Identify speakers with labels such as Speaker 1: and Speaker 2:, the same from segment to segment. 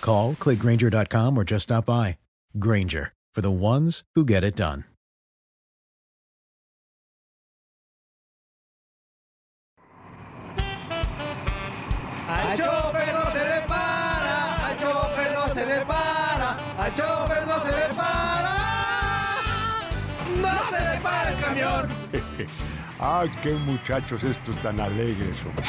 Speaker 1: Call, click Granger.com, or just stop by. Granger, for the ones who get it done.
Speaker 2: Al chofer no se le para, al chofer no se le para, al chofer no se le para. No se le para el camión.
Speaker 3: ¡Ay, qué muchachos estos tan alegres! hombre.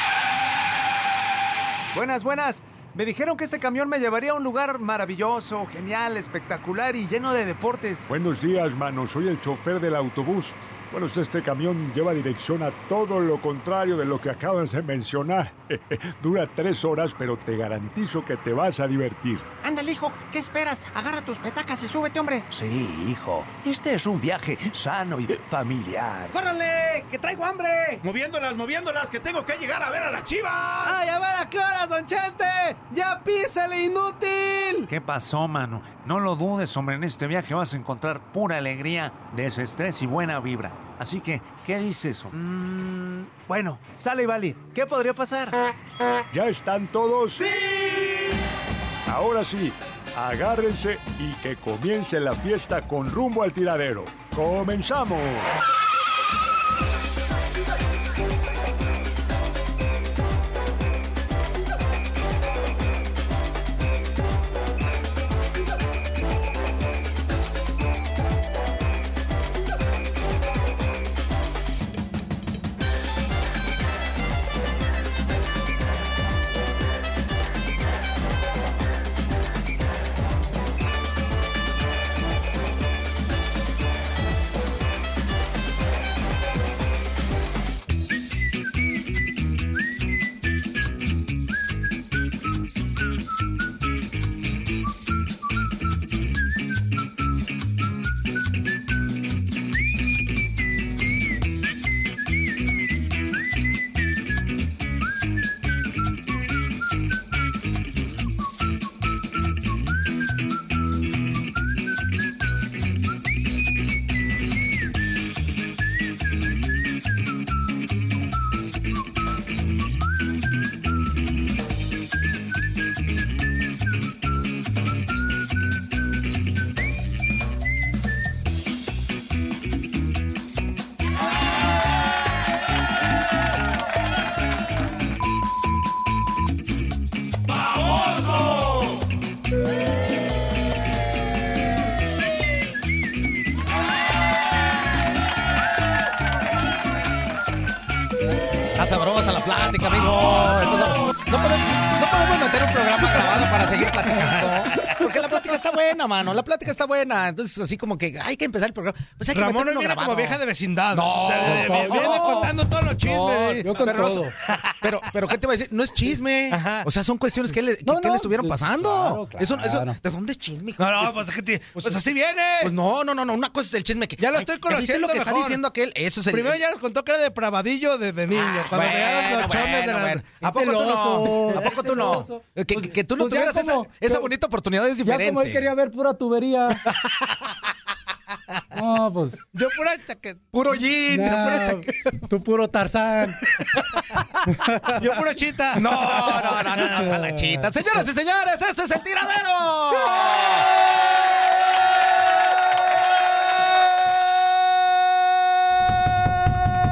Speaker 2: Buenas, buenas. Me dijeron que este camión me llevaría a un lugar maravilloso, genial, espectacular y lleno de deportes.
Speaker 3: Buenos días, mano. Soy el chofer del autobús. Bueno, este camión lleva dirección a todo lo contrario de lo que acabas de mencionar. Dura tres horas, pero te garantizo que te vas a divertir.
Speaker 4: Ándale, hijo, ¿qué esperas? Agarra tus petacas y súbete, hombre.
Speaker 5: Sí, hijo. Este es un viaje sano y familiar.
Speaker 2: ¡Córrele! ¡Que traigo hambre!
Speaker 6: Moviéndolas, moviéndolas, que tengo que llegar a ver a la chiva.
Speaker 2: ¡Ay, a ver a qué horas, don Chente! ¡Ya písele, inútil!
Speaker 5: ¿Qué pasó, mano? No lo dudes, hombre. En este viaje vas a encontrar pura alegría, desestrés y buena vibra. Así que, ¿qué dices? hombre?
Speaker 2: Mm, bueno, sale y vale. ¿Qué podría pasar?
Speaker 3: ¿Ya están todos?
Speaker 2: ¡Sí!
Speaker 3: Ahora sí, agárrense y que comience la fiesta con rumbo al tiradero. ¡Comenzamos!
Speaker 7: Está sabrosa la plática, amigos. Está sab- No podemos, no podemos meter un programa grabado para seguir platicando. Porque la plática está buena, mano. La plática está buena. Entonces, así como que hay que empezar el programa. Pues hay que
Speaker 8: Ramón
Speaker 7: meter
Speaker 8: no
Speaker 7: uno
Speaker 8: viene como
Speaker 7: grabado.
Speaker 8: vieja de vecindad.
Speaker 7: No,
Speaker 8: Eh, eh,
Speaker 7: no,
Speaker 8: viene
Speaker 7: no.
Speaker 8: contando todos los
Speaker 7: No,
Speaker 8: chismes.
Speaker 7: yo con
Speaker 8: Pero-
Speaker 7: todo. Pero, pero ¿qué te voy a decir? No es chisme. O sea, son cuestiones que le, que, que le estuvieron pasando.
Speaker 8: claro, claro.
Speaker 7: Eso- eso- ¿De dónde es chisme? hijo?
Speaker 8: No, no, pues, que te- pues así viene.
Speaker 7: Pues no, no, no, no. Una cosa es el chisme que.
Speaker 8: Ya lo
Speaker 7: Ay,
Speaker 8: estoy
Speaker 7: ¿ya viste
Speaker 8: conociendo.
Speaker 7: lo que está
Speaker 8: mejor.
Speaker 7: diciendo aquel. Eso es el. Ah,
Speaker 8: Primero ya nos contó que era depravadillo desde niño. cuando
Speaker 7: bueno,
Speaker 8: veían los chones de
Speaker 7: bueno,
Speaker 8: la-
Speaker 7: bueno. ¿A poco tú no? ¿A poco tú no? Que, que- que tú no
Speaker 9: pues ya
Speaker 7: tuvieras esa-
Speaker 9: como-
Speaker 7: esa,
Speaker 9: pero-
Speaker 7: bonita oportunidad es diferente.
Speaker 9: Ya como él quería ver pura tubería. No, pues.
Speaker 8: Yo pura chaqueta.
Speaker 7: Puro jean.
Speaker 9: no,
Speaker 8: pura
Speaker 9: tú puro Tarzán.
Speaker 8: Yo puro chita.
Speaker 7: No, no, no, no, no, no, la chita. Señoras y señores, este es el tiradero.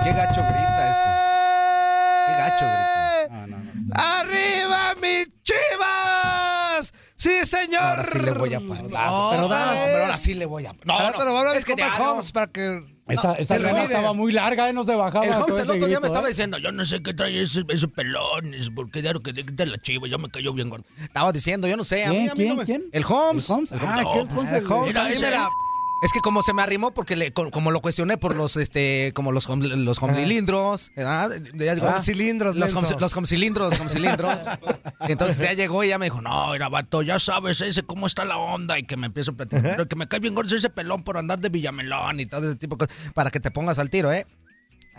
Speaker 7: Qué gacho grita este. Qué gacho grita.
Speaker 8: ¡Arriba mis chivas! ¡Sí, señor!
Speaker 7: Ahora sí le voy a parar. pero,
Speaker 8: otra vez.
Speaker 7: pero ahora sí le voy a. No,
Speaker 8: Ahora te lo voy a
Speaker 7: no,
Speaker 8: hablar
Speaker 7: es que
Speaker 8: de
Speaker 7: ya
Speaker 8: Homer
Speaker 7: no.
Speaker 8: Holmes para que...
Speaker 9: Esa, esa
Speaker 7: el
Speaker 9: rola
Speaker 7: líder.
Speaker 9: estaba muy larga, eh, no se bajaba.
Speaker 7: El
Speaker 9: todo
Speaker 7: Holmes el
Speaker 9: ese
Speaker 7: otro día
Speaker 9: grito,
Speaker 7: me estaba
Speaker 9: eh.
Speaker 7: diciendo, yo no sé qué trae ese- esos pelones, porque de lo que le quita la chiva, ya me cayó bien gordo. Estaba diciendo, yo no sé, a mí,
Speaker 9: ¿Quién?
Speaker 7: a mí
Speaker 9: ¿Quién?
Speaker 7: no me-
Speaker 9: ¿Quién?
Speaker 7: El Holmes.
Speaker 9: ¿El Holmes? Ah, aquel Holmes, el Holmes.
Speaker 7: Mira,
Speaker 9: Ahí
Speaker 7: ese-
Speaker 9: me la-
Speaker 7: Es que como se me arrimó porque le- co- como lo cuestioné por los este como los hom- los homilindros, ¿verdad? Ya digo,
Speaker 9: Ah,
Speaker 8: Homcilindros,
Speaker 7: los
Speaker 8: menso.
Speaker 7: hom- los homcilindros, los homcilindros. Entonces ya llegó y ya me dijo, "No, mira, vato, ya sabes ese cómo está la onda" y que me empiezo a platicar, pero que me cae bien gordo ese pelón por andar de Villamelón y todo ese tipo de cosas para que te pongas al tiro, ¿eh?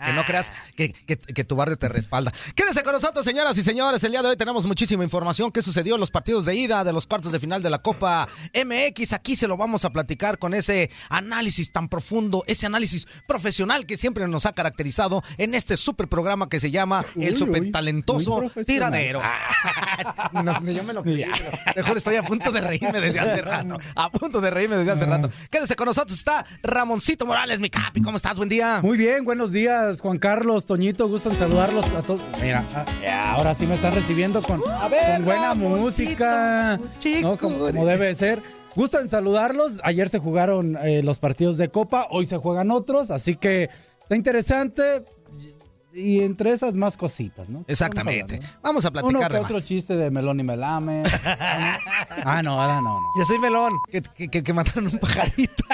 Speaker 7: Que no
Speaker 9: Ah.
Speaker 7: creas que, que- que tu barrio te respalda. Quédense con nosotros, señoras y señores. El día de hoy tenemos muchísima información que sucedió en los partidos de ida de los cuartos de final de la Copa MX. Aquí se lo vamos a platicar con ese análisis tan profundo, ese análisis profesional que siempre nos ha caracterizado en este super programa que se llama El
Speaker 9: Uy,
Speaker 7: Super
Speaker 9: uy, muy
Speaker 7: Talentoso
Speaker 9: profesional. Ah.
Speaker 7: Tiradero. No,
Speaker 9: ¿eh?
Speaker 7: ni yo me lo creí, pero Te juro, estoy a punto de reírme desde hace rato. A punto de reírme desde hace rato.
Speaker 9: Ah.
Speaker 7: Quédense con nosotros. Está Ramoncito Morales, mi capi. ¿Cómo estás? Buen día.
Speaker 9: Muy bien, buenos días, Juan Carlos, Toñito, gusto en saludarlos a todos. Mira, ah, ahora sí me están recibiendo con, con buena música, ¿no? como, como debe de ser. Gusto en saludarlos. Ayer se jugaron eh, los partidos de Copa, hoy se juegan otros, así que está interesante y entre esas más cositas, ¿no?
Speaker 7: Exactamente.
Speaker 9: Vamos a,
Speaker 7: Vamos a
Speaker 9: Uno
Speaker 7: platicar
Speaker 9: que
Speaker 7: de
Speaker 9: otro
Speaker 7: más.
Speaker 9: chiste de Melón y Melame. ah, no, ah, no, no.
Speaker 7: Yo soy melón. Que, que, que- que mataron un pajarito.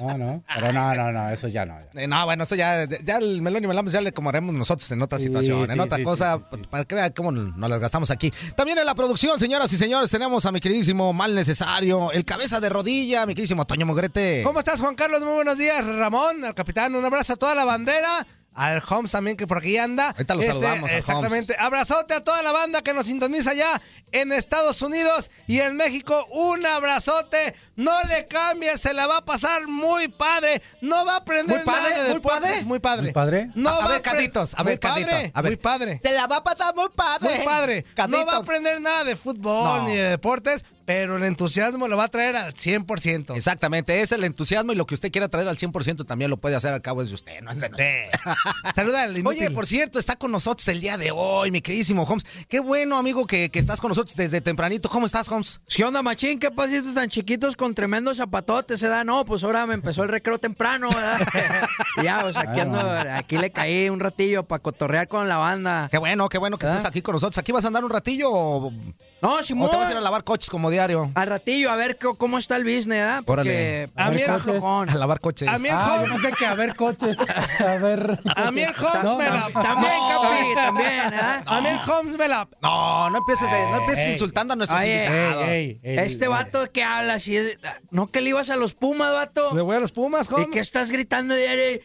Speaker 9: No, no. Pero no, no, no, eso ya no. ya.
Speaker 7: Eh, no, bueno, eso ya, ya el melón y melamos ya le comeremos nosotros en otra
Speaker 9: Sí,
Speaker 7: situación, en
Speaker 9: sí,
Speaker 7: otra
Speaker 9: sí,
Speaker 7: cosa, para que vean cómo nos las gastamos aquí. También en la producción, señoras y señores, tenemos a mi queridísimo mal necesario, el cabeza de rodilla, mi queridísimo Toño Mogrete.
Speaker 8: ¿Cómo estás, Juan Carlos? Muy buenos días, Ramón, al capitán. Un abrazo a toda la bandera. Al Holmes también, que por aquí anda. Este,
Speaker 7: Ahorita lo saludamos al
Speaker 8: Exactamente. Abrazote a toda la banda que nos sintoniza allá en Estados Unidos y en México. Un abrazote. No le cambies, se la va a pasar muy padre. No va a aprender
Speaker 7: Muy padre,
Speaker 8: nada de
Speaker 7: muy
Speaker 8: deportes,
Speaker 7: padre.
Speaker 8: Muy padre.
Speaker 9: ¿Muy padre?
Speaker 8: No
Speaker 7: a,
Speaker 8: va
Speaker 7: a ver,
Speaker 8: apre-
Speaker 7: Caditos, a
Speaker 8: Muy
Speaker 7: ver, Cadito,
Speaker 8: padre,
Speaker 7: a ver.
Speaker 8: Muy padre.
Speaker 7: Te la va a pasar muy padre.
Speaker 8: Muy padre.
Speaker 7: Cadito.
Speaker 8: No va a aprender nada de fútbol
Speaker 7: No.
Speaker 8: ni de deportes, pero el entusiasmo lo va a traer al 100%.
Speaker 7: Exactamente, es el entusiasmo y lo que usted quiera traer al 100% también lo puede hacer al cabo es de usted, no es de nosotros.
Speaker 8: Saluda al inútil.
Speaker 7: Oye, por cierto, está con nosotros el día de hoy, mi queridísimo Holmes. Qué bueno, amigo, que, que estás con nosotros desde tempranito. ¿Cómo estás, Holmes?
Speaker 10: ¿Qué onda, machín? ¿Qué pasitos tan chiquitos con tremendos zapatotes, se da? No, pues ahora me empezó el recreo temprano, ¿verdad? ya, o sea, aquí, ando, aquí le caí un ratillo para cotorrear con la banda.
Speaker 7: Qué bueno, qué bueno que
Speaker 8: Ah.
Speaker 7: estés aquí con nosotros. ¿Aquí vas a andar un ratillo o,
Speaker 10: No,
Speaker 7: o
Speaker 10: Simón,
Speaker 7: te vas a ir a lavar coches como diario?
Speaker 10: al ratillo a ver co- cómo está el business, ¿ah? ¿verdad? Porque
Speaker 7: Órale.
Speaker 8: Ah, A
Speaker 10: a mí
Speaker 8: ver,
Speaker 10: está
Speaker 8: coches.
Speaker 10: flojón.
Speaker 7: A lavar coches.
Speaker 8: A mí el
Speaker 9: Ah, yo
Speaker 8: Holmes-
Speaker 9: pensé que a ver coches, a ver...
Speaker 8: A mí el Holmes
Speaker 9: No,
Speaker 8: me
Speaker 9: no,
Speaker 8: la...
Speaker 10: También,
Speaker 8: No.
Speaker 10: Capi, también, ¿verdad?
Speaker 8: ¿eh? A mí el Holmes me la...
Speaker 7: No, no empieces, de- no empieces
Speaker 9: Ey,
Speaker 7: insultando a nuestros
Speaker 10: Oye,
Speaker 7: invitados.
Speaker 9: ey, ey,
Speaker 10: este
Speaker 9: ey.
Speaker 10: vato que habla así es... ¿No que le ibas a los Pumas, vato?
Speaker 8: Me voy a los Pumas,
Speaker 10: ¿Y
Speaker 8: Holmes.
Speaker 10: qué estás gritando? Y eres-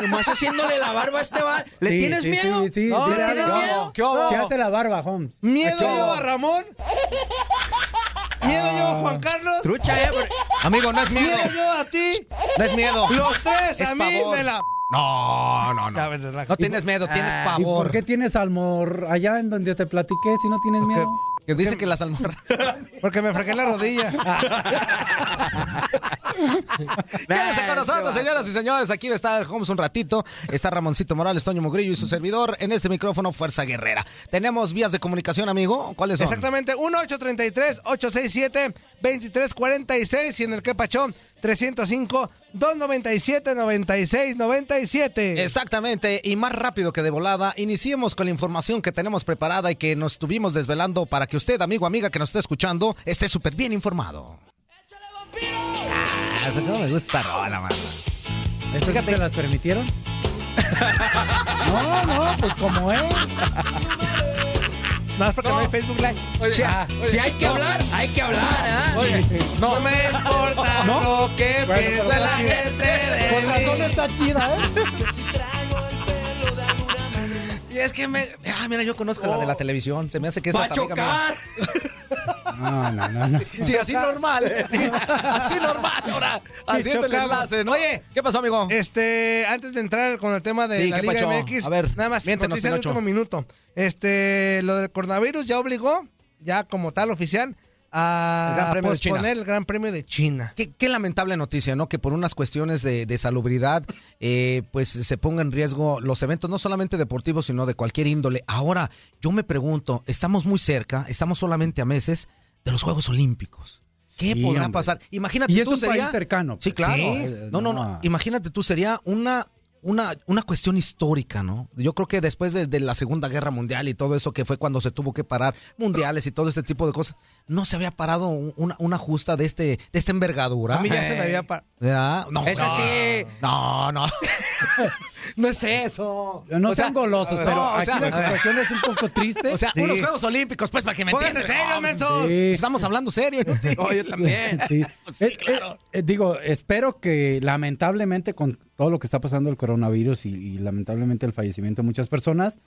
Speaker 10: Nomás haciéndole la barba a este bar. ¿Le
Speaker 9: Sí,
Speaker 10: tienes
Speaker 9: sí,
Speaker 10: miedo?
Speaker 9: Sí, sí,
Speaker 8: No,
Speaker 9: sí,
Speaker 8: ¿le
Speaker 9: le
Speaker 8: tienes
Speaker 9: hago.
Speaker 8: miedo?
Speaker 7: ¿Qué hubo?
Speaker 9: Se hace la barba, Holmes.
Speaker 8: Miedo
Speaker 9: ¿Qué
Speaker 8: yo
Speaker 9: hubo?
Speaker 8: a Ramón. Miedo yo a Juan Carlos.
Speaker 10: Trucha, eh, porque-
Speaker 7: Amigo, no es miedo.
Speaker 8: Miedo yo a ti.
Speaker 7: No es miedo.
Speaker 8: Los tres
Speaker 7: Es
Speaker 8: a mí
Speaker 7: pavor.
Speaker 8: me la... Ah,
Speaker 7: No, no,
Speaker 8: A
Speaker 7: no.
Speaker 8: ver, relaja.
Speaker 7: No tienes miedo, tienes
Speaker 9: ¿Y
Speaker 7: pavor.
Speaker 9: por qué tienes almor allá en donde te platiqué si no tienes miedo?
Speaker 7: Que dice que las almorras.
Speaker 8: Porque me fregué la rodilla.
Speaker 7: Quédense con nosotros,
Speaker 10: vato.
Speaker 7: señoras y señores. Aquí va a estar Holmes un ratito. Está Ramoncito Morales, Toño Mugrillo y su servidor. En este micrófono, Fuerza Guerrera. Tenemos vías de comunicación, amigo. ¿Cuáles son?
Speaker 8: Exactamente, 1-833-867-2346 y en el Quepachón 305-297-9697.
Speaker 7: Exactamente, y más rápido que de volada, iniciemos con la información que tenemos preparada y que nos estuvimos desvelando para que usted, amigo, amiga que nos esté escuchando, esté súper bien informado. Ah, esa como me gusta rola, mano.
Speaker 9: ¿Esas sí se las permitieron? no, no, pues como es.
Speaker 8: No, es porque no, hay Facebook Live.
Speaker 10: si, si hay que hablar, hay que hablar, ¿ah?
Speaker 8: no me importa lo que
Speaker 10: Bueno, pero
Speaker 8: piense la
Speaker 10: así es.
Speaker 8: gente de
Speaker 10: Con razón
Speaker 8: mí.
Speaker 9: está chida, ¿eh?
Speaker 7: Y es que me. Ah, mira, yo conozco la de la televisión. Se me hace que es
Speaker 10: Oh. ¡Va a
Speaker 7: hasta amiga mía.
Speaker 10: chocar!
Speaker 9: No, no, no, no.
Speaker 7: Sí, así normal. sí, así normal, ahora. Así es el
Speaker 8: chocamos.
Speaker 7: enlace, ¿no? Oye, ¿qué pasó, amigo?
Speaker 8: Este, antes de entrar con el tema de
Speaker 7: Sí,
Speaker 8: la
Speaker 7: ¿qué
Speaker 8: Liga
Speaker 7: pasó?
Speaker 8: MX,
Speaker 7: A ver,
Speaker 8: nada más
Speaker 7: miéntenos,
Speaker 8: noticia de
Speaker 7: Pinocho.
Speaker 8: último minuto. Este, lo del coronavirus ya obligó, ya como tal oficial, a
Speaker 7: El Gran Premio de China.
Speaker 8: posponer el Gran Premio de China.
Speaker 7: Qué, qué lamentable noticia, ¿no? Que por unas cuestiones de, de salubridad, eh, pues se ponga en riesgo los eventos, no solamente deportivos, sino de cualquier índole. Ahora, yo me pregunto, estamos muy cerca, estamos solamente a meses de los Juegos Olímpicos. ¿Qué
Speaker 9: Sí,
Speaker 7: podrá
Speaker 9: hombre.
Speaker 7: pasar? Imagínate
Speaker 9: Y es
Speaker 7: tú
Speaker 9: un
Speaker 7: sería-
Speaker 9: país cercano,
Speaker 7: Sí,
Speaker 9: pues.
Speaker 7: claro.
Speaker 9: Sí.
Speaker 7: No, no, no.
Speaker 9: No.
Speaker 7: Imagínate tú sería una una, una cuestión histórica, ¿no? Yo creo que después de, de la Segunda Guerra Mundial y todo eso, que fue cuando se tuvo que parar mundiales y todo este tipo de cosas, no se había parado un- una, una justa de, este, de esta envergadura.
Speaker 8: A mí ya se me había pa-
Speaker 7: Ya, No,
Speaker 8: Eso
Speaker 7: no,
Speaker 8: sí.
Speaker 7: No, no. no es eso.
Speaker 9: No sean golosos, pero
Speaker 7: no, o
Speaker 9: aquí
Speaker 7: sea,
Speaker 9: la situación es un poco triste.
Speaker 7: O sea, unos Juegos Olímpicos, pues, para que me
Speaker 8: Pónganse
Speaker 7: entiendan.
Speaker 8: serios,
Speaker 7: No,
Speaker 8: mensos.
Speaker 9: Sí.
Speaker 7: Estamos hablando serio, inútil.
Speaker 10: yo también.
Speaker 9: Sí. Eh, eh, eh, digo, espero que lamentablemente con todo lo que está pasando el coronavirus y, y lamentablemente el fallecimiento de muchas personas,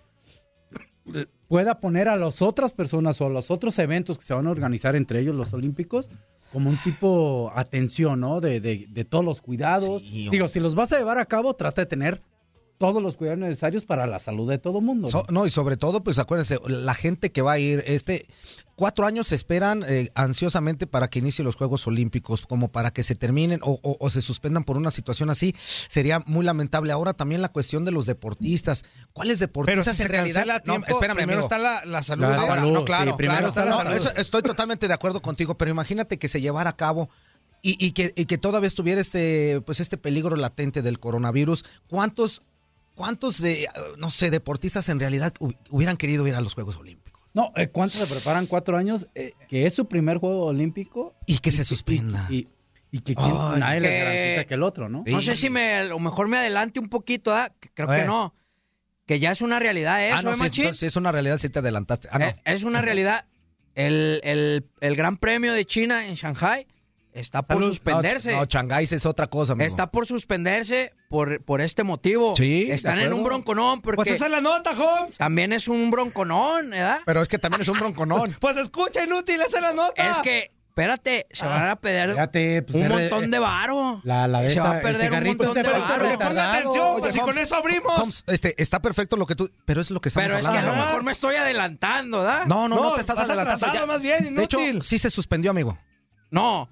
Speaker 9: eh, pueda poner a las otras personas o a los otros eventos que se van a organizar, entre ellos los olímpicos, como un tipo atención, ¿no? De, de- de todos los cuidados.
Speaker 7: Sí, hombre.
Speaker 9: digo, si los vas a llevar a cabo, trata de tener todos los cuidados necesarios para la salud de todo mundo. ¿no?
Speaker 7: So- no, y sobre todo, pues acuérdense, la gente que va a ir, este, cuatro años se esperan eh, ansiosamente para que inicie los Juegos Olímpicos, como para que se terminen o, o- o se suspendan por una situación así, sería muy lamentable. Ahora también la cuestión de los deportistas. ¿Cuáles
Speaker 8: Pero
Speaker 7: deportistas
Speaker 8: si se
Speaker 7: en realidad?
Speaker 8: cancela a
Speaker 7: No,
Speaker 8: tiempo,
Speaker 7: espérame,
Speaker 8: primero
Speaker 7: amigo.
Speaker 8: está la, la salud.
Speaker 9: La
Speaker 8: ahora.
Speaker 9: salud.
Speaker 7: no, claro,
Speaker 9: sí, primero
Speaker 7: claro,
Speaker 9: está la
Speaker 7: no,
Speaker 9: salud.
Speaker 8: eh,
Speaker 7: eso- estoy totalmente de acuerdo contigo, pero imagínate que se llevara a cabo y, y que, y que todavía estuviera este, pues este peligro latente del coronavirus. ¿Cuántos, cuántos eh, no sé, deportistas en realidad hub- hubieran querido ir a los Juegos Olímpicos?
Speaker 9: No, eh, ¿cuántos se preparan cuatro años? Eh, que es su primer juego olímpico
Speaker 7: Y que se suspenda.
Speaker 9: y, y que quién-
Speaker 7: Ay,
Speaker 9: nadie
Speaker 10: que-
Speaker 9: les garantiza que el otro, ¿no?
Speaker 10: No sé si me, a lo mejor me adelante un poquito, ¿ah? Que Creo
Speaker 7: A
Speaker 10: que
Speaker 7: ver.
Speaker 10: no. Que ya es una realidad eso,
Speaker 7: ah, no,
Speaker 10: ¿eh,
Speaker 7: sí,
Speaker 10: machín?
Speaker 7: entonces, sí, es una realidad si te adelantaste. Ah, no.
Speaker 10: Eh, Es una realidad. El, el- el Gran Premio de China en Shanghai está por
Speaker 7: Salud.
Speaker 10: suspenderse.
Speaker 7: No, no, Shanghái es otra cosa, amigo.
Speaker 10: Está por suspenderse por, por este motivo.
Speaker 7: Sí, de
Speaker 10: Están en un
Speaker 7: acuerdo.
Speaker 10: bronconón porque
Speaker 8: Pues esa es la nota, Holmes.
Speaker 10: también es un bronconón, ¿verdad?
Speaker 7: Pero es que también es un bronconón.
Speaker 8: Pues escucha, inútil, esa es la nota.
Speaker 10: Es que, espérate, se van a perder
Speaker 9: Espérate, pues,
Speaker 10: un
Speaker 9: R-
Speaker 10: montón de varo.
Speaker 9: La- la de
Speaker 10: se va
Speaker 9: esa-
Speaker 10: a
Speaker 9: el
Speaker 10: perder un
Speaker 9: cigarrito
Speaker 10: montón de
Speaker 9: este
Speaker 8: Pero,
Speaker 9: Claro,
Speaker 8: pero
Speaker 10: varo.
Speaker 8: que ponga
Speaker 9: tardado.
Speaker 8: atención,
Speaker 9: Oye,
Speaker 8: pues si
Speaker 7: Holmes,
Speaker 8: con eso abrimos.
Speaker 7: Holmes, este, está perfecto lo que tú. Pero es lo que estamos
Speaker 10: Pero es que
Speaker 7: hablando.
Speaker 10: a lo
Speaker 7: ¿no?
Speaker 10: mejor me estoy adelantando, ¿verdad?
Speaker 7: No, no, no,
Speaker 8: No,
Speaker 7: te estás
Speaker 8: vas
Speaker 7: adelantando.
Speaker 8: atrasado,
Speaker 7: ya.
Speaker 8: más bien,
Speaker 7: de hecho,
Speaker 8: inútil.
Speaker 7: sí se suspendió, amigo.
Speaker 10: No,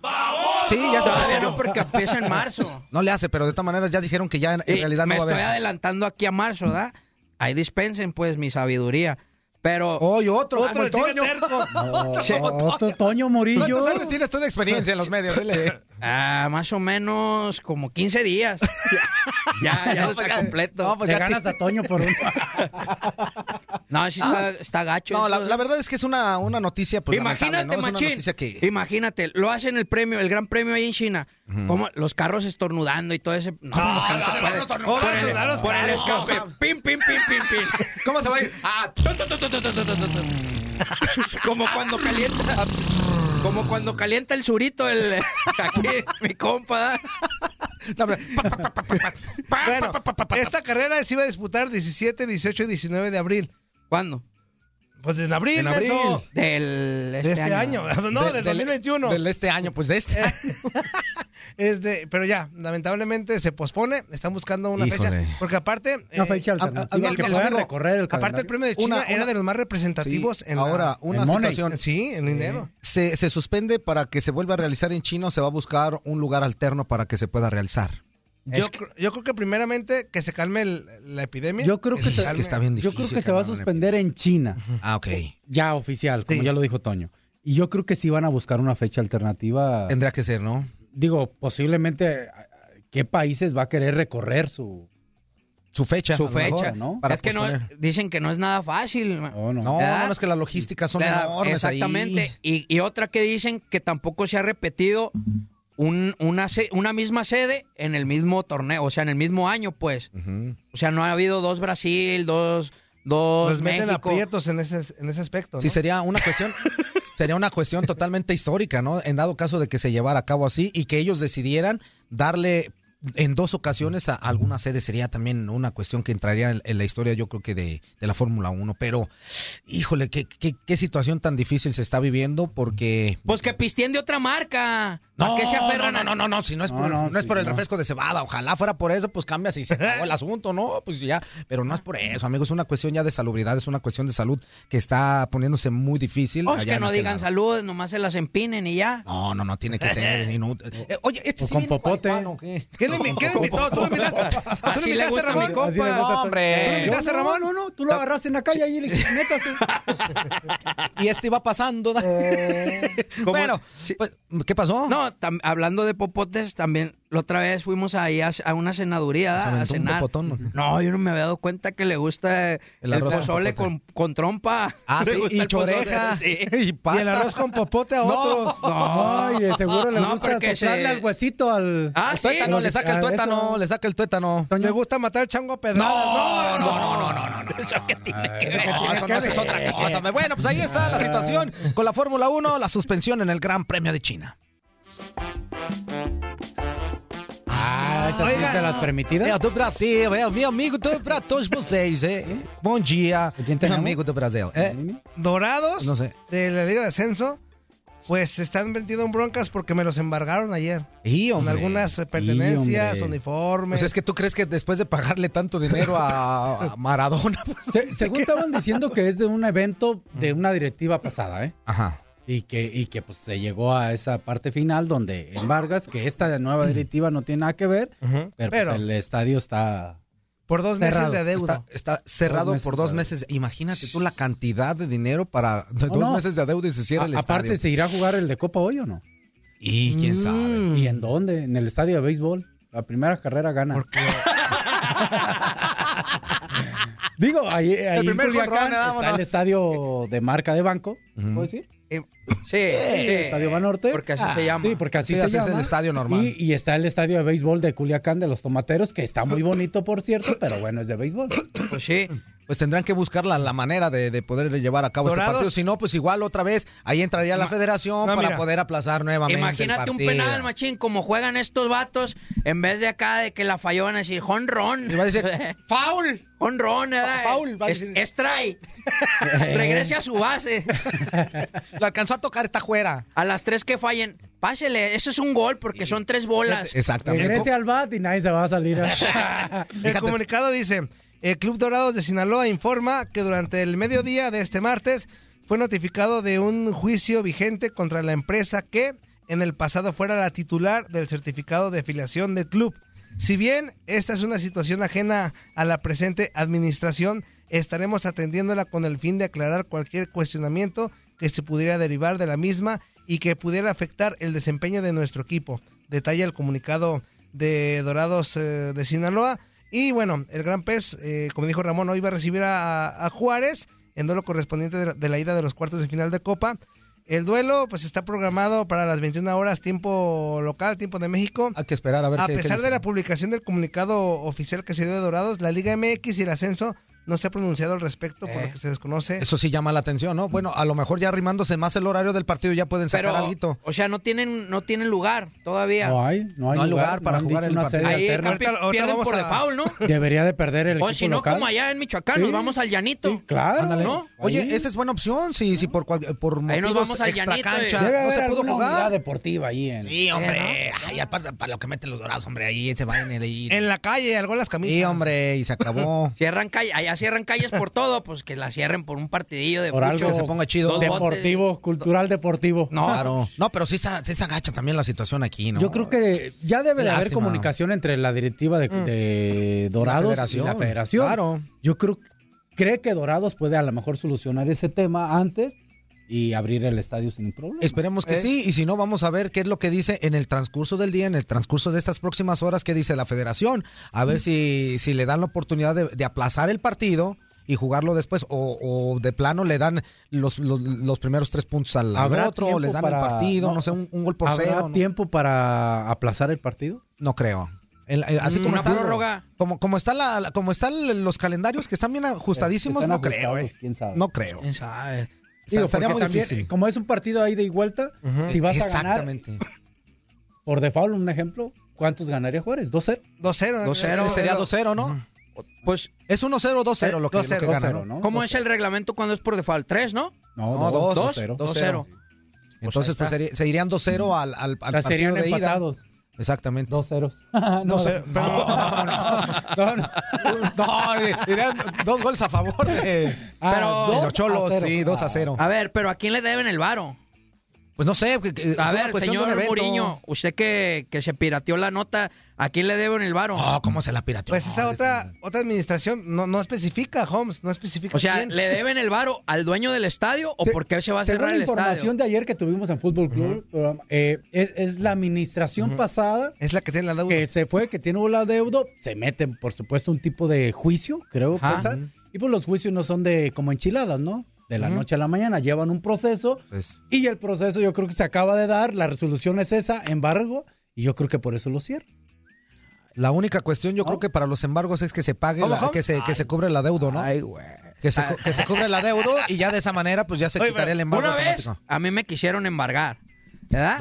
Speaker 7: Sí, ya se
Speaker 10: todavía
Speaker 7: suspendió.
Speaker 10: no porque empieza en marzo.
Speaker 7: No le hace, pero de todas maneras ya dijeron que ya en, en
Speaker 10: Y
Speaker 7: realidad
Speaker 10: me
Speaker 7: no va a
Speaker 10: estoy
Speaker 7: haber.
Speaker 10: adelantando aquí a marzo, ¿verdad? Ahí dispensen pues mi sabiduría. Pero
Speaker 7: Hoy otro,
Speaker 8: Otro
Speaker 7: como el
Speaker 8: sigue
Speaker 7: Toño.
Speaker 8: terco.
Speaker 7: oh,
Speaker 9: Otro, Toño Murillo.
Speaker 7: ¿Cuántos años tienes tú de experiencia en los medios? Dile.
Speaker 10: ah, más o menos como 15 días. ya, ya
Speaker 7: pues
Speaker 10: está
Speaker 7: ya-
Speaker 10: completo.
Speaker 7: no, pues
Speaker 9: Le
Speaker 7: ya te-
Speaker 9: ganas a Toño por un...
Speaker 10: No, sí está, está gacho.
Speaker 7: Ah. No,
Speaker 10: eso,
Speaker 7: la,
Speaker 10: ¿verdad?
Speaker 7: la verdad es que es una, una noticia. Pues,
Speaker 10: Imagínate,
Speaker 7: lamentable, ¿no? Es una
Speaker 10: machín.
Speaker 7: noticia que-
Speaker 10: Imagínate, lo hacen el premio, el gran premio ahí en China. Como los carros estornudando y todo ese. No, los carros se pueden. Por el- por el escape. Pim, pim, pim, pim, pim.
Speaker 7: ¿Cómo se va a ir? Ah,
Speaker 10: Como cuando calienta. Como cuando calienta el surito el aquí, mi compa.
Speaker 7: dame.
Speaker 8: Bueno, esta carrera se iba a disputar 17, 18 y 19 de abril.
Speaker 10: ¿Cuándo?
Speaker 8: Pues en abril,
Speaker 7: En abril.
Speaker 8: menso.
Speaker 10: Del
Speaker 8: de este año. No,
Speaker 7: De-
Speaker 8: del 2021. Eh,
Speaker 7: Del este año, pues de este.
Speaker 11: Este, pero ya, lamentablemente se pospone. Están buscando una
Speaker 9: Híjole.
Speaker 11: fecha. Porque aparte. eh,
Speaker 9: Una fecha alternativa, que puedan recorrer el
Speaker 11: Aparte, el
Speaker 9: calendario.
Speaker 11: premio de China
Speaker 9: Una-
Speaker 11: era
Speaker 9: una-
Speaker 11: de los más representativos
Speaker 7: Sí,
Speaker 11: en la-
Speaker 7: ahora, una
Speaker 11: en Money.
Speaker 7: situación.
Speaker 11: Sí, en dinero.
Speaker 7: Se, se suspende para que se vuelva a realizar en China o se va a buscar un lugar alterno para que se pueda realizar.
Speaker 11: Yo, cr- yo creo que primeramente que se calme el- la epidemia.
Speaker 9: Yo creo que, se-
Speaker 11: se calme.
Speaker 9: Yo creo que se va a suspender en China.
Speaker 7: Ah, ok.
Speaker 9: Ya oficial, como ya lo dijo Toño. Y yo creo que sí van a buscar una fecha alternativa.
Speaker 7: Tendrá que ser, ¿no?
Speaker 9: Digo, posiblemente, ¿qué países va a querer recorrer su,
Speaker 7: su fecha?
Speaker 9: a
Speaker 10: Su
Speaker 9: lo mejor,
Speaker 10: fecha.
Speaker 9: ¿no?
Speaker 10: es que no, dicen que no es nada fácil.
Speaker 9: no.
Speaker 7: No,
Speaker 10: ¿Verdad?
Speaker 7: no, es que las logísticas son
Speaker 10: La-
Speaker 7: enormes ahí.
Speaker 10: Exactamente. Y, y otra que dicen que tampoco se ha repetido un- una, se- una misma sede en el mismo torneo, o sea, en el mismo año, pues. O sea, no ha habido dos Brasil, dos, dos
Speaker 11: Los meten
Speaker 10: México.
Speaker 11: aprietos en ese, en ese aspecto.
Speaker 7: Sí,
Speaker 11: ¿no?
Speaker 7: sería una cuestión, sería una cuestión totalmente histórica, ¿no? En dado caso de que se llevara a cabo así y que ellos decidieran darle en dos ocasiones a alguna sede sería también una cuestión que entraría en, en la historia, yo creo que de, de la Fórmula 1. Pero, híjole, qué, qué, qué situación tan difícil se está viviendo porque...
Speaker 10: Pues que pisteen de otra marca.
Speaker 7: No,
Speaker 10: ¿A qué se aferran?
Speaker 7: no,
Speaker 10: a-
Speaker 7: no, no, no, si no es
Speaker 10: No,
Speaker 7: por,
Speaker 10: no,
Speaker 7: no es
Speaker 10: sí,
Speaker 7: por el
Speaker 10: no.
Speaker 7: refresco de cebada, ojalá fuera por eso, pues cambias y se acabó el asunto, ¿no? Pues ya, pero no es por eso, amigos, es una cuestión ya de salubridad, es una cuestión de salud que está poniéndose muy difícil.
Speaker 10: Pues
Speaker 7: allá
Speaker 10: que
Speaker 7: en
Speaker 10: no
Speaker 7: aquel
Speaker 10: digan
Speaker 7: lado.
Speaker 10: saludos, nomás se las empinen y ya.
Speaker 7: No, no, no tiene que ser inútil. Eh, Oye, este sí
Speaker 10: Pues con
Speaker 7: viene
Speaker 10: popote.
Speaker 7: guayguano, ¿o ¿qué?
Speaker 11: ¿Qué le, qué le invitó? ¿Tú lo invitaste? ¿Tú lo
Speaker 10: Así le
Speaker 11: invitaste,
Speaker 10: gusta a mi
Speaker 11: Ramón?
Speaker 10: compa. No,
Speaker 7: hombre.
Speaker 11: ¿Tú lo invitaste,
Speaker 7: Yo no,
Speaker 11: Ramón?
Speaker 7: no,
Speaker 9: no, tú lo agarraste en la calle y le dijiste, métase.
Speaker 7: y este iba pasando. ¿no?
Speaker 10: Eh,
Speaker 7: bueno, pues, ¿qué pasó?
Speaker 10: No, tam- hablando de popotes, también la otra vez fuimos ahí a, a una cenaduría ¿da? a
Speaker 7: aventó un
Speaker 10: cenar.
Speaker 7: popotón, ¿no?
Speaker 10: No, yo no me había dado cuenta que le gusta eh,
Speaker 7: El
Speaker 10: el,
Speaker 7: arroz con
Speaker 10: pozole con, con trompa.
Speaker 7: Ah,
Speaker 10: Le
Speaker 7: sí,
Speaker 10: gusta
Speaker 7: y
Speaker 10: el pozole,
Speaker 7: choreja,
Speaker 10: sí.
Speaker 7: y pata. Y el arroz con
Speaker 9: popote a otros. No, y de seguro le
Speaker 10: No,
Speaker 9: gusta
Speaker 10: porque
Speaker 9: soplarle
Speaker 10: se-
Speaker 9: al huesito al.
Speaker 10: Ah,
Speaker 9: al
Speaker 10: sí, no, le saca el
Speaker 9: a eso.
Speaker 7: tuétano, le saca el tuétano.
Speaker 9: Toño,
Speaker 11: ¿Te gusta matar el chango a pedradas?
Speaker 7: No, no, no, no, no, no.
Speaker 10: Eso
Speaker 7: que tiene que ver. No, eso no es otra cosa. Bueno, pues ahí está la situación con la Fórmula 1, la suspensión en el Gran Premio de China.
Speaker 9: Ah, esas sí te las permitidas.
Speaker 7: É do Brasil, é meu amigo do, pra todos vocês. É. Bom dia, meu amigo do Brasil. É.
Speaker 11: Dorados
Speaker 7: No sé.
Speaker 11: de la Liga de Ascenso, pues se están metiendo en broncas porque me los embargaron ayer.
Speaker 7: Y,
Speaker 11: Con
Speaker 7: hombre.
Speaker 11: algunas eh,
Speaker 7: Sí,
Speaker 11: pertenencias,
Speaker 7: hombre.
Speaker 11: uniformes.
Speaker 7: Pues es que tú crees que después de pagarle tanto dinero a, a Maradona. pues,
Speaker 9: Se- según estaban diciendo que es de un evento de una directiva pasada, ¿eh?
Speaker 7: Ajá.
Speaker 9: Y que, y que pues se llegó a esa parte final donde embargas que esta nueva directiva no tiene nada que ver, pero, pues,
Speaker 11: Pero-
Speaker 9: el estadio está...
Speaker 11: Por dos meses
Speaker 9: Cerrado.
Speaker 11: de adeudo.
Speaker 7: Está, está cerrado
Speaker 9: Dos meses
Speaker 7: por
Speaker 9: de
Speaker 7: dos
Speaker 9: adeudo.
Speaker 7: meses. Imagínate tú la cantidad de dinero para de
Speaker 9: No,
Speaker 7: dos
Speaker 9: no.
Speaker 7: meses de adeudo y se cierra
Speaker 9: A-
Speaker 7: el
Speaker 9: aparte,
Speaker 7: estadio.
Speaker 9: ¿se irá a jugar el de Copa hoy o no?
Speaker 7: Y quién sabe.
Speaker 9: ¿Y en dónde? En el estadio de béisbol. La primera carrera gana. Digo, ahí, ahí en
Speaker 7: primer
Speaker 9: Culiacán
Speaker 7: jonrón, nada,
Speaker 9: está el
Speaker 7: vámonos.
Speaker 9: estadio de marca de banco. ¿Puedo decir?
Speaker 10: Sí,
Speaker 9: El Estadio Banorte. Porque
Speaker 10: así
Speaker 7: Ah.
Speaker 10: se llama.
Speaker 9: Sí, porque así
Speaker 7: Sí,
Speaker 9: se
Speaker 7: así es
Speaker 9: llama.
Speaker 7: el estadio normal.
Speaker 9: Y, y está el estadio de béisbol de Culiacán de los Tomateros, que está muy bonito, por cierto, pero bueno, es de béisbol.
Speaker 10: Pues sí.
Speaker 7: Pues tendrán que buscar la, la manera de, de poder llevar a cabo este
Speaker 9: Dorados.
Speaker 7: partido. Si no, pues igual otra vez ahí entraría la
Speaker 10: Ma-
Speaker 7: federación
Speaker 10: no,
Speaker 7: para
Speaker 10: mira.
Speaker 7: poder aplazar nuevamente. el
Speaker 10: Imagínate un
Speaker 7: partido.
Speaker 10: penal, machín, como juegan estos vatos, en vez de acá de que la falló van a decir jonrón.
Speaker 7: Y va a decir,
Speaker 10: foul. Jonrón, ¿verdad?
Speaker 7: Foul, va a
Speaker 10: Es-
Speaker 7: decir.
Speaker 10: Strike. Regrese a su base.
Speaker 7: Lo alcanzó a tocar, está fuera.
Speaker 10: A las tres que fallen, pásele. Eso es un gol porque son tres bolas.
Speaker 7: Exactamente.
Speaker 9: Regrese al bat y nadie se va a salir.
Speaker 11: El comunicado dice, el Club Dorados de Sinaloa informa que durante el mediodía de este martes fue notificado de un juicio vigente contra la empresa que en el pasado fuera la titular del certificado de afiliación del club. Si bien esta es una situación ajena a la presente administración, estaremos atendiéndola con el fin de aclarar cualquier cuestionamiento que se pudiera derivar de la misma y que pudiera afectar el desempeño de nuestro equipo. Detalla el comunicado de Dorados eh, de Sinaloa. Y bueno, el Gran Pez, eh, como dijo Ramón, hoy va a recibir a, a Juárez en duelo correspondiente de la, de la ida de los cuartos de final de Copa. El duelo pues está programado para las 21 horas tiempo local, tiempo de México.
Speaker 7: Hay que esperar a ver
Speaker 11: A
Speaker 7: qué- qué
Speaker 11: pesar de
Speaker 7: dicen.
Speaker 11: la publicación del comunicado oficial que se dio de Dorados, la Liga MX y el ascenso
Speaker 12: no se ha pronunciado al respecto, por lo que se desconoce.
Speaker 7: Eh, Eso sí llama la atención, ¿no? Bueno, a lo mejor ya arrimándose más el horario del partido ya pueden sacar
Speaker 10: Pero,
Speaker 7: algo.
Speaker 10: O sea, no tienen, no tienen lugar todavía.
Speaker 9: No hay, no hay,
Speaker 7: No hay lugar para
Speaker 9: han
Speaker 7: jugar
Speaker 9: dicho
Speaker 7: el
Speaker 9: una
Speaker 7: partido.
Speaker 9: serie
Speaker 10: Ahí
Speaker 9: alterna.
Speaker 10: campe- pierden por default, ¿no?
Speaker 9: Debería de perder el
Speaker 10: O
Speaker 9: equipo
Speaker 10: si no,
Speaker 9: local.
Speaker 10: como allá en Michoacán, nos
Speaker 9: Sí.
Speaker 10: vamos al llanito.
Speaker 9: Claro.
Speaker 7: ¿no? Oye, esa es buena opción, si, si por, cual, por
Speaker 10: Ahí nos
Speaker 7: motivos
Speaker 10: vamos al
Speaker 7: extra
Speaker 10: llanito,
Speaker 7: cancha
Speaker 10: eh. Debe
Speaker 7: no
Speaker 10: haber
Speaker 7: se pudo
Speaker 10: alguna
Speaker 7: jugar.
Speaker 9: unidad deportiva ahí en...
Speaker 7: Sí, hombre. Ay, aparte, para lo que meten los dorados, hombre, ahí se van en el...
Speaker 12: En la calle, algo en las camisas.
Speaker 7: Sí, hombre, y se acabó.
Speaker 10: Cierran calle, allá cierran calles por todo, pues que la cierren por un partidillo de
Speaker 9: Por
Speaker 10: fútbol.
Speaker 9: algo
Speaker 7: que se ponga chido.
Speaker 10: Dos botes.
Speaker 9: Deportivo, cultural deportivo.
Speaker 7: No, claro. No, pero sí está, sí está gacha también la situación aquí, ¿no? eh,
Speaker 9: Yo creo que ya debe de haber
Speaker 7: Lástima.
Speaker 9: comunicación entre la directiva de, de
Speaker 7: La
Speaker 9: Dorados y
Speaker 7: federación,
Speaker 9: la federación.
Speaker 7: claro.
Speaker 9: Yo creo cree que Dorados puede a lo mejor solucionar ese tema antes y abrir el estadio sin problema.
Speaker 7: Esperemos que
Speaker 9: ¿Eh?
Speaker 7: sí, y si no, vamos a ver qué es lo que dice en el transcurso del día, en el transcurso de estas próximas horas, qué dice la federación. A
Speaker 9: Mm.
Speaker 7: ver si, si le dan la oportunidad de, de aplazar el partido y jugarlo después, o, o de plano le dan los, los, los primeros tres puntos al, al
Speaker 9: ¿Habrá
Speaker 7: otro, o
Speaker 9: tiempo
Speaker 7: les dan
Speaker 9: para-
Speaker 7: el partido, no,
Speaker 9: no,
Speaker 7: sé, un, un gol por
Speaker 9: ¿Habrá
Speaker 7: cero. No,
Speaker 9: tiempo para aplazar el partido?
Speaker 7: No creo. El- el- así como
Speaker 9: Una
Speaker 7: está,
Speaker 9: prórroga.
Speaker 7: como, como está la, la- como están los calendarios que están bien ajustadísimos,
Speaker 9: Están
Speaker 7: no creo.
Speaker 9: ajustados,
Speaker 7: eh.
Speaker 9: quién sabe.
Speaker 7: No creo.
Speaker 9: Digo,
Speaker 7: Está- estaría
Speaker 9: porque
Speaker 7: muy
Speaker 9: también, eh,
Speaker 7: difícil.
Speaker 9: Como es un partido ahí de y vuelta, si vas a ganar
Speaker 7: Exactamente.
Speaker 9: por default, un ejemplo, ¿cuántos ganaría Juárez? ¿2-0?
Speaker 12: 2-0.
Speaker 7: 2-0, eh, sería 2-0, ¿no? Eh, Pues es 1-0, 2-0 lo que, lo que
Speaker 10: 2-0,
Speaker 7: gana,
Speaker 10: 2-0,
Speaker 7: ¿no?
Speaker 10: ¿Cómo es el reglamento cuando es por default? ¿Tres, no?
Speaker 7: No, dos,
Speaker 10: dos,
Speaker 7: 2-0.
Speaker 10: dos, cero.
Speaker 7: Entonces, pues,
Speaker 10: está.
Speaker 7: sería- se irían 2-0 al, al, al
Speaker 9: O sea, serían
Speaker 7: partido de ida.
Speaker 9: empatados.
Speaker 7: Exactamente.
Speaker 9: 2-0.
Speaker 7: No, sé,
Speaker 9: no, no.
Speaker 7: No, Ah, eh, irían dos goles a favor de,
Speaker 10: Pero-
Speaker 7: de los Cholos, sí, 2 a 0.
Speaker 10: A ver, pero ¿a quién le deben el varo?
Speaker 7: Ah, Pues no sé. que- que-
Speaker 10: A
Speaker 7: es una
Speaker 10: ver,
Speaker 7: cuestión de un
Speaker 10: señor
Speaker 7: evento.
Speaker 10: Muriño, usted que, que se pirateó la nota, ¿a quién le deben el varo?
Speaker 7: No, Oh, ¿cómo se la pirateó? Ah, este.
Speaker 12: Pues esa otra, otra administración no, no especifica, Holmes, no especifica.
Speaker 10: O sea,
Speaker 12: quién.
Speaker 10: ¿le deben el varo al dueño del estadio o por qué se va a
Speaker 9: Según
Speaker 10: cerrar
Speaker 9: la
Speaker 10: el
Speaker 9: información
Speaker 10: estadio?
Speaker 9: de ayer que tuvimos en Fútbol Club, eh, es, es la administración pasada.
Speaker 12: Es la que tiene la deuda.
Speaker 9: Que se fue, que tiene la deuda. Se meten, por supuesto, un tipo de juicio, creo,
Speaker 7: Ajá.
Speaker 9: pensar.
Speaker 7: Ujú.
Speaker 9: Y pues los juicios no son de como enchiladas, ¿no? De la
Speaker 7: Ujú.
Speaker 9: noche a la mañana. Llevan un proceso.
Speaker 7: Pues,
Speaker 9: Y el proceso yo creo que se acaba de dar. La resolución es esa, embargo. Y yo creo que por eso lo cierran.
Speaker 7: la única cuestión, yo creo que para los embargos es que se pague,
Speaker 9: ¿Cómo,
Speaker 7: la-
Speaker 9: cómo?
Speaker 7: que, se, que se cubre el adeudo, ¿no? Ay, güey. Que se, cu- que se cubre el adeudo y ya de esa manera, pues ya se
Speaker 10: Oye,
Speaker 7: quitaría el
Speaker 10: pero
Speaker 7: embargo.
Speaker 10: Una vez
Speaker 7: automático.
Speaker 10: a mí me quisieron embargar, ¿verdad?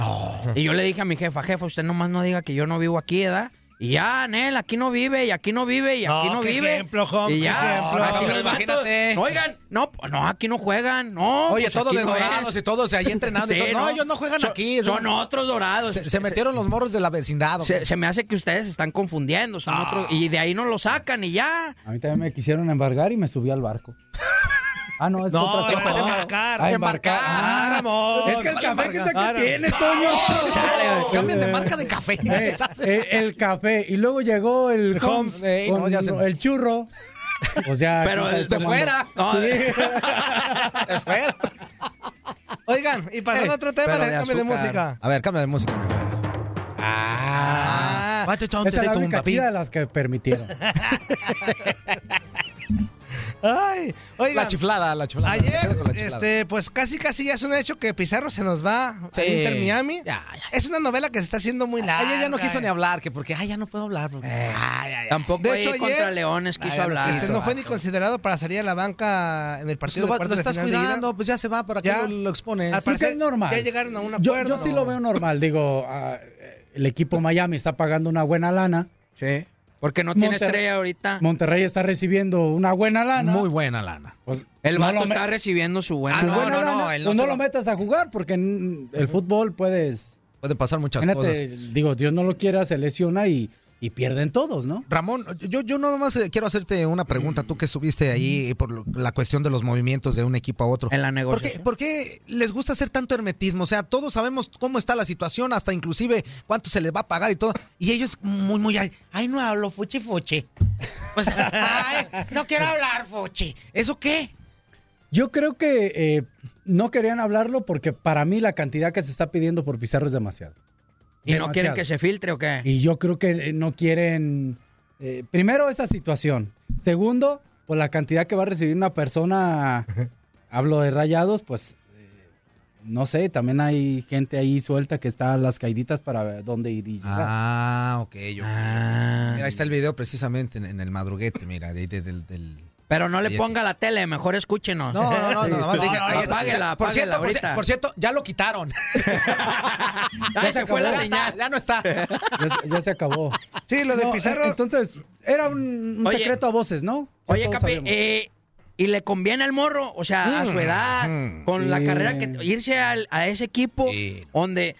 Speaker 10: Y yo le dije a mi jefa, jefa, usted nomás no diga que yo no vivo aquí, ¿verdad? Y ya, Nel, aquí no vive, y aquí no vive, y aquí no,
Speaker 12: qué
Speaker 10: vive.
Speaker 12: ejemplo, Holmes,
Speaker 10: y
Speaker 12: qué
Speaker 10: ya,
Speaker 12: ejemplo.
Speaker 10: así
Speaker 12: No,
Speaker 10: los vatos,
Speaker 7: imagínate.
Speaker 10: no, oigan, no, no, aquí no juegan, no.
Speaker 7: Oye,
Speaker 10: pues
Speaker 7: todos
Speaker 10: aquí
Speaker 7: de
Speaker 10: no
Speaker 7: dorados
Speaker 10: es.
Speaker 7: y todos de ahí entrenando. y
Speaker 10: Sí,
Speaker 7: todo. No, ellos no juegan
Speaker 10: Son-
Speaker 7: aquí. es
Speaker 10: Son
Speaker 7: un-
Speaker 10: otros dorados.
Speaker 7: Se, se metieron los morros de la vecindad. ¿o
Speaker 10: Se,
Speaker 7: qué?
Speaker 10: se me hace que ustedes se están confundiendo, son
Speaker 7: Ah.
Speaker 10: otros, y de ahí no lo sacan y ya.
Speaker 9: A mí también me quisieron embargar y me subí al barco. Ah, no, es
Speaker 12: No,
Speaker 9: otra
Speaker 12: te
Speaker 9: cosa.
Speaker 12: vas a embarcar.
Speaker 9: Ah, embarcar. Ah,
Speaker 12: Ramón.
Speaker 9: es que el
Speaker 12: Vale,
Speaker 9: café que
Speaker 12: embarcar.
Speaker 9: está que
Speaker 12: Claro.
Speaker 9: tiene, Toño.
Speaker 7: Chale, güey, Cambien de marca de café.
Speaker 9: Eh, eh, el café. Y luego llegó el
Speaker 7: Homs,
Speaker 9: Homs,
Speaker 7: eh, no,
Speaker 9: con
Speaker 7: ya se-
Speaker 9: el churro. Pues O sea,
Speaker 10: Pero
Speaker 9: ¿qué
Speaker 10: el de
Speaker 9: está tomando?
Speaker 10: fuera. No,
Speaker 9: Sí.
Speaker 12: Oigan, y pasando a otro tema,
Speaker 7: Pero
Speaker 12: déjame de,
Speaker 7: azúcar.
Speaker 12: música.
Speaker 7: A ver, cambia de música. mi güey. Ah,
Speaker 9: Esa es la única chida de las que permitieron.
Speaker 12: Ay, oigan.
Speaker 7: La chiflada, la chiflada. Me
Speaker 12: Ayer,
Speaker 7: quedo con la chiflada.
Speaker 12: este, pues casi casi ya es un hecho que Pizarro se nos va
Speaker 7: Sí.
Speaker 12: a Inter Miami.
Speaker 7: Ya, Ah,
Speaker 12: Es una novela que se está haciendo
Speaker 10: este,
Speaker 12: muy larga.
Speaker 7: Ayer ya no quiso ni
Speaker 12: eh.
Speaker 7: hablar, que porque, ay, ya no puedo hablar. porque- Ay, ay, ay.
Speaker 10: Eh, Tampoco
Speaker 12: De
Speaker 10: ahí
Speaker 12: hecho, ayer-
Speaker 10: contra Leones quiso
Speaker 7: Ay, no
Speaker 10: hablar.
Speaker 12: Este no fue ni considerado para salir a la banca en el
Speaker 7: Pues
Speaker 12: partido
Speaker 7: lo,
Speaker 12: de
Speaker 7: va-
Speaker 12: cuartos
Speaker 7: lo
Speaker 12: de
Speaker 7: estás
Speaker 12: final de ida.
Speaker 7: cuidando, pues ya se va, ¿para qué
Speaker 12: Ya.
Speaker 7: lo, lo expones?
Speaker 12: Al
Speaker 9: Creo que
Speaker 12: parecer
Speaker 9: es normal.
Speaker 12: ya llegaron a un
Speaker 9: Yo-
Speaker 12: acuerdo.
Speaker 9: Yo, sí lo veo normal. Digo, ah, el equipo Miami está pagando una buena lana.
Speaker 10: Sí. Porque no tiene
Speaker 9: Monterrey-
Speaker 10: estrella ahorita.
Speaker 9: Monterrey está recibiendo una buena lana.
Speaker 7: Muy buena lana.
Speaker 9: Pues,
Speaker 10: El
Speaker 9: no lo
Speaker 10: vato
Speaker 9: me-
Speaker 10: está recibiendo su buena.
Speaker 7: Ah,
Speaker 9: su
Speaker 7: no,
Speaker 9: buena
Speaker 7: no, no,
Speaker 9: lana,
Speaker 7: él no
Speaker 9: pues
Speaker 7: se
Speaker 9: no lo
Speaker 7: va-
Speaker 9: metas a jugar porque en el fútbol puedes...
Speaker 7: Pueden pasar muchas cosas.
Speaker 9: Imagínate, digo, Dios no lo quiera, se lesiona y, y pierden todos, ¿no?
Speaker 7: Ramón, yo, yo nada más eh, quiero hacerte una pregunta, tú que estuviste ahí por lo- la cuestión de los movimientos de un equipo a otro.
Speaker 10: En la
Speaker 7: ¿Por qué,
Speaker 10: negociación.
Speaker 7: por qué les gusta hacer tanto hermetismo? O sea, todos sabemos cómo está la situación, hasta inclusive cuánto se les va a pagar y todo. Y ellos muy, muy, ay, ay, no hablo, fuchi, fuchi. Pues, ay, no quiero hablar, fuchi. ¿Eso qué?
Speaker 9: Yo creo que eh, no querían hablarlo porque para mí la cantidad que se está pidiendo por Pizarro es demasiado.
Speaker 10: ¿Y no quieren
Speaker 9: Demasiado.
Speaker 10: que se filtre o qué?
Speaker 9: Y yo creo que eh, no quieren, eh, primero, esa situación. Segundo, pues la cantidad que va a recibir una persona, hablo de rayados, pues eh, no sé, también hay gente ahí suelta que está a las caiditas para ver dónde ir y llegar.
Speaker 7: Ah, ok. yo-
Speaker 10: Ah.
Speaker 7: Mira, ahí está el video precisamente en, en el madruguete, mira, de- de- del, del-
Speaker 10: Pero no le ponga la tele, mejor escúchenos.
Speaker 13: No, no, no, no, nomás dije- ahí está.
Speaker 10: apáguela,
Speaker 13: Por
Speaker 10: apáguela
Speaker 13: cierto, por
Speaker 10: ahorita.
Speaker 13: ci- por cierto, ya lo quitaron.
Speaker 10: Ya se fue la señal.
Speaker 13: Ya no está.
Speaker 9: Ya, se- ya se acabó.
Speaker 8: Sí, lo de
Speaker 9: No,
Speaker 8: Pizarro.
Speaker 9: eh, Entonces, era un, un
Speaker 10: Oye.
Speaker 9: secreto a voces, ¿no? Ya
Speaker 10: Oye,
Speaker 9: todos
Speaker 10: Capi,
Speaker 9: sabemos.
Speaker 10: eh, ¿y le conviene al morro? O sea, a su
Speaker 9: Mm,
Speaker 10: edad,
Speaker 9: mm,
Speaker 10: con la
Speaker 9: sí.
Speaker 10: carrera que... Irse al- a ese equipo donde...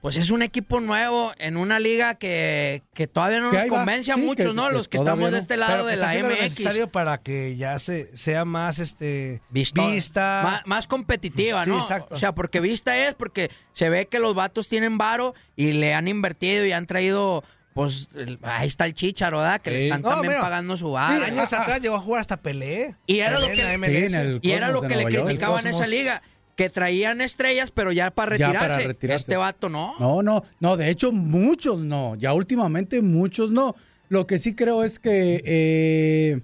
Speaker 10: Pues es un equipo nuevo en una liga que, que todavía no
Speaker 9: Que
Speaker 10: nos
Speaker 9: ahí va.
Speaker 10: convence a
Speaker 9: Sí,
Speaker 10: muchos,
Speaker 9: que-
Speaker 10: ¿no?
Speaker 9: que
Speaker 10: Los que
Speaker 9: todavía
Speaker 10: estamos
Speaker 9: no.
Speaker 10: de este lado
Speaker 8: Pero que
Speaker 10: de
Speaker 8: está
Speaker 10: la
Speaker 8: haciendo lo
Speaker 10: MX.
Speaker 8: necesario para que ya se, sea más este
Speaker 10: Vista.
Speaker 8: vista.
Speaker 10: Má- más competitiva,
Speaker 8: Sí,
Speaker 10: ¿no?
Speaker 8: exacto.
Speaker 10: O sea, porque vista es porque se ve que los vatos tienen varo y le han invertido y han traído, pues, el- ahí está el chicharo, ¿verdad? Que le
Speaker 8: Sí.
Speaker 10: están
Speaker 8: No,
Speaker 10: también
Speaker 8: mira,
Speaker 10: pagando su varo.
Speaker 8: Años atrás llegó a jugar hasta Pelé.
Speaker 10: Y era
Speaker 8: Pelé
Speaker 10: lo
Speaker 8: en la
Speaker 10: que,
Speaker 8: MLS.
Speaker 9: Sí, en el
Speaker 10: y era
Speaker 9: Cosmos
Speaker 10: lo
Speaker 9: de
Speaker 10: que le
Speaker 9: Nueva York.
Speaker 10: criticaban a
Speaker 9: El
Speaker 10: esa
Speaker 9: Cosmos.
Speaker 10: liga, que traían estrellas, pero ya para
Speaker 9: Ya
Speaker 10: retirarse.
Speaker 9: para retirarse.
Speaker 10: Este vato no.
Speaker 9: No, no, no, de hecho muchos no, ya últimamente muchos no. Lo que sí creo es que eh,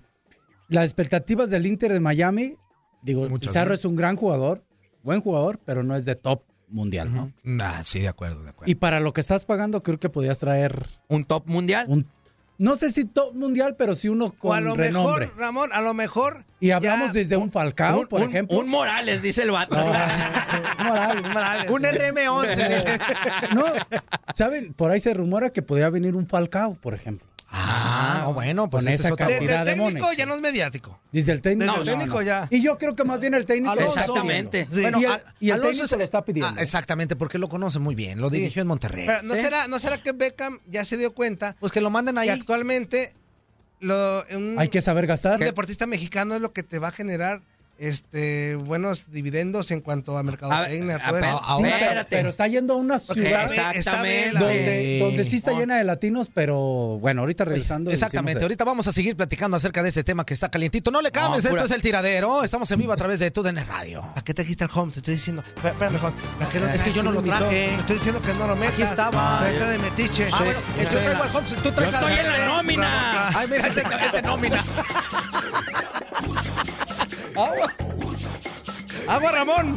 Speaker 9: las expectativas del Inter de Miami, digo,
Speaker 13: Muchas,
Speaker 9: Pizarro
Speaker 13: ¿no?
Speaker 9: es un gran jugador, buen jugador, pero no es de top mundial, ¿no?
Speaker 13: Nah, sí, de acuerdo, de acuerdo.
Speaker 9: Y para lo que estás pagando, creo que podías traer
Speaker 10: un top mundial.
Speaker 9: no sé si top mundial, pero sí uno
Speaker 8: O
Speaker 9: con
Speaker 8: a lo
Speaker 9: renombre.
Speaker 8: mejor, Ramón, a lo mejor.
Speaker 9: y hablamos
Speaker 8: ya-
Speaker 9: desde un Falcao, por
Speaker 10: un,
Speaker 9: ejemplo.
Speaker 10: un Morales, dice el vato.
Speaker 9: Un Morales, un Morales.
Speaker 8: Un RM11.
Speaker 9: No, ¿saben? Por ahí se rumora que podía venir un Falcao, por ejemplo.
Speaker 13: Ah, no, bueno, pues
Speaker 9: Con
Speaker 13: esa
Speaker 9: esa
Speaker 13: es otra
Speaker 9: cantidad.
Speaker 8: Desde el
Speaker 9: de
Speaker 8: técnico
Speaker 9: monex.
Speaker 8: ya no es mediático.
Speaker 9: Desde el técnico.
Speaker 8: Desde el técnico ya.
Speaker 9: Y yo creo que más bien el técnico. lo está
Speaker 10: Exactamente.
Speaker 9: pidiendo. y el, y el técnico lo está pidiendo.
Speaker 13: Ah, exactamente, porque lo conoce muy bien. Lo dirigió en Monterrey.
Speaker 8: Pero ¿no,
Speaker 13: ¿Sí?
Speaker 8: será, ¿No será que Beckham ya se dio cuenta
Speaker 13: Pues que lo manden
Speaker 8: que
Speaker 13: ahí.
Speaker 8: actualmente lo, un,
Speaker 9: Hay que saber gastar.
Speaker 8: un deportista mexicano es lo que te va a generar este buenos dividendos en cuanto a mercadotecnia?
Speaker 10: a
Speaker 8: todo
Speaker 10: ver,
Speaker 8: eso?
Speaker 9: Sí,
Speaker 10: ahora-
Speaker 9: pero,
Speaker 10: Espérate.
Speaker 9: pero está yendo a una
Speaker 8: Porque
Speaker 9: ciudad
Speaker 8: está- está
Speaker 10: Exactamente.
Speaker 8: Vela.
Speaker 9: donde,
Speaker 13: Sí.
Speaker 9: donde sí está llena de latinos, pero bueno, ahorita regresando.
Speaker 13: Exactamente,
Speaker 9: decimos
Speaker 13: ahorita vamos a seguir platicando acerca de este tema que está calientito. No le cambies, esto
Speaker 10: No, pura-
Speaker 13: es el tiradero. Estamos en vivo a través de TUDN Radio.
Speaker 8: ¿A qué trajiste al home? Te estoy diciendo. Espera- Espérame, Holmes. ¿A qué
Speaker 13: Es que yo no lo
Speaker 8: traje?
Speaker 13: traje.
Speaker 8: Te estoy diciendo que no lo metas.
Speaker 13: Aquí estaba.
Speaker 8: Pero está de metiche.
Speaker 13: Ah, bueno, es que yo traigo al Hobbs, tú traes
Speaker 10: Yo
Speaker 13: al-
Speaker 10: estoy en la nómina.
Speaker 13: Ay, mira, este, este nómina.
Speaker 8: ¡Agua, Ah, Ramón!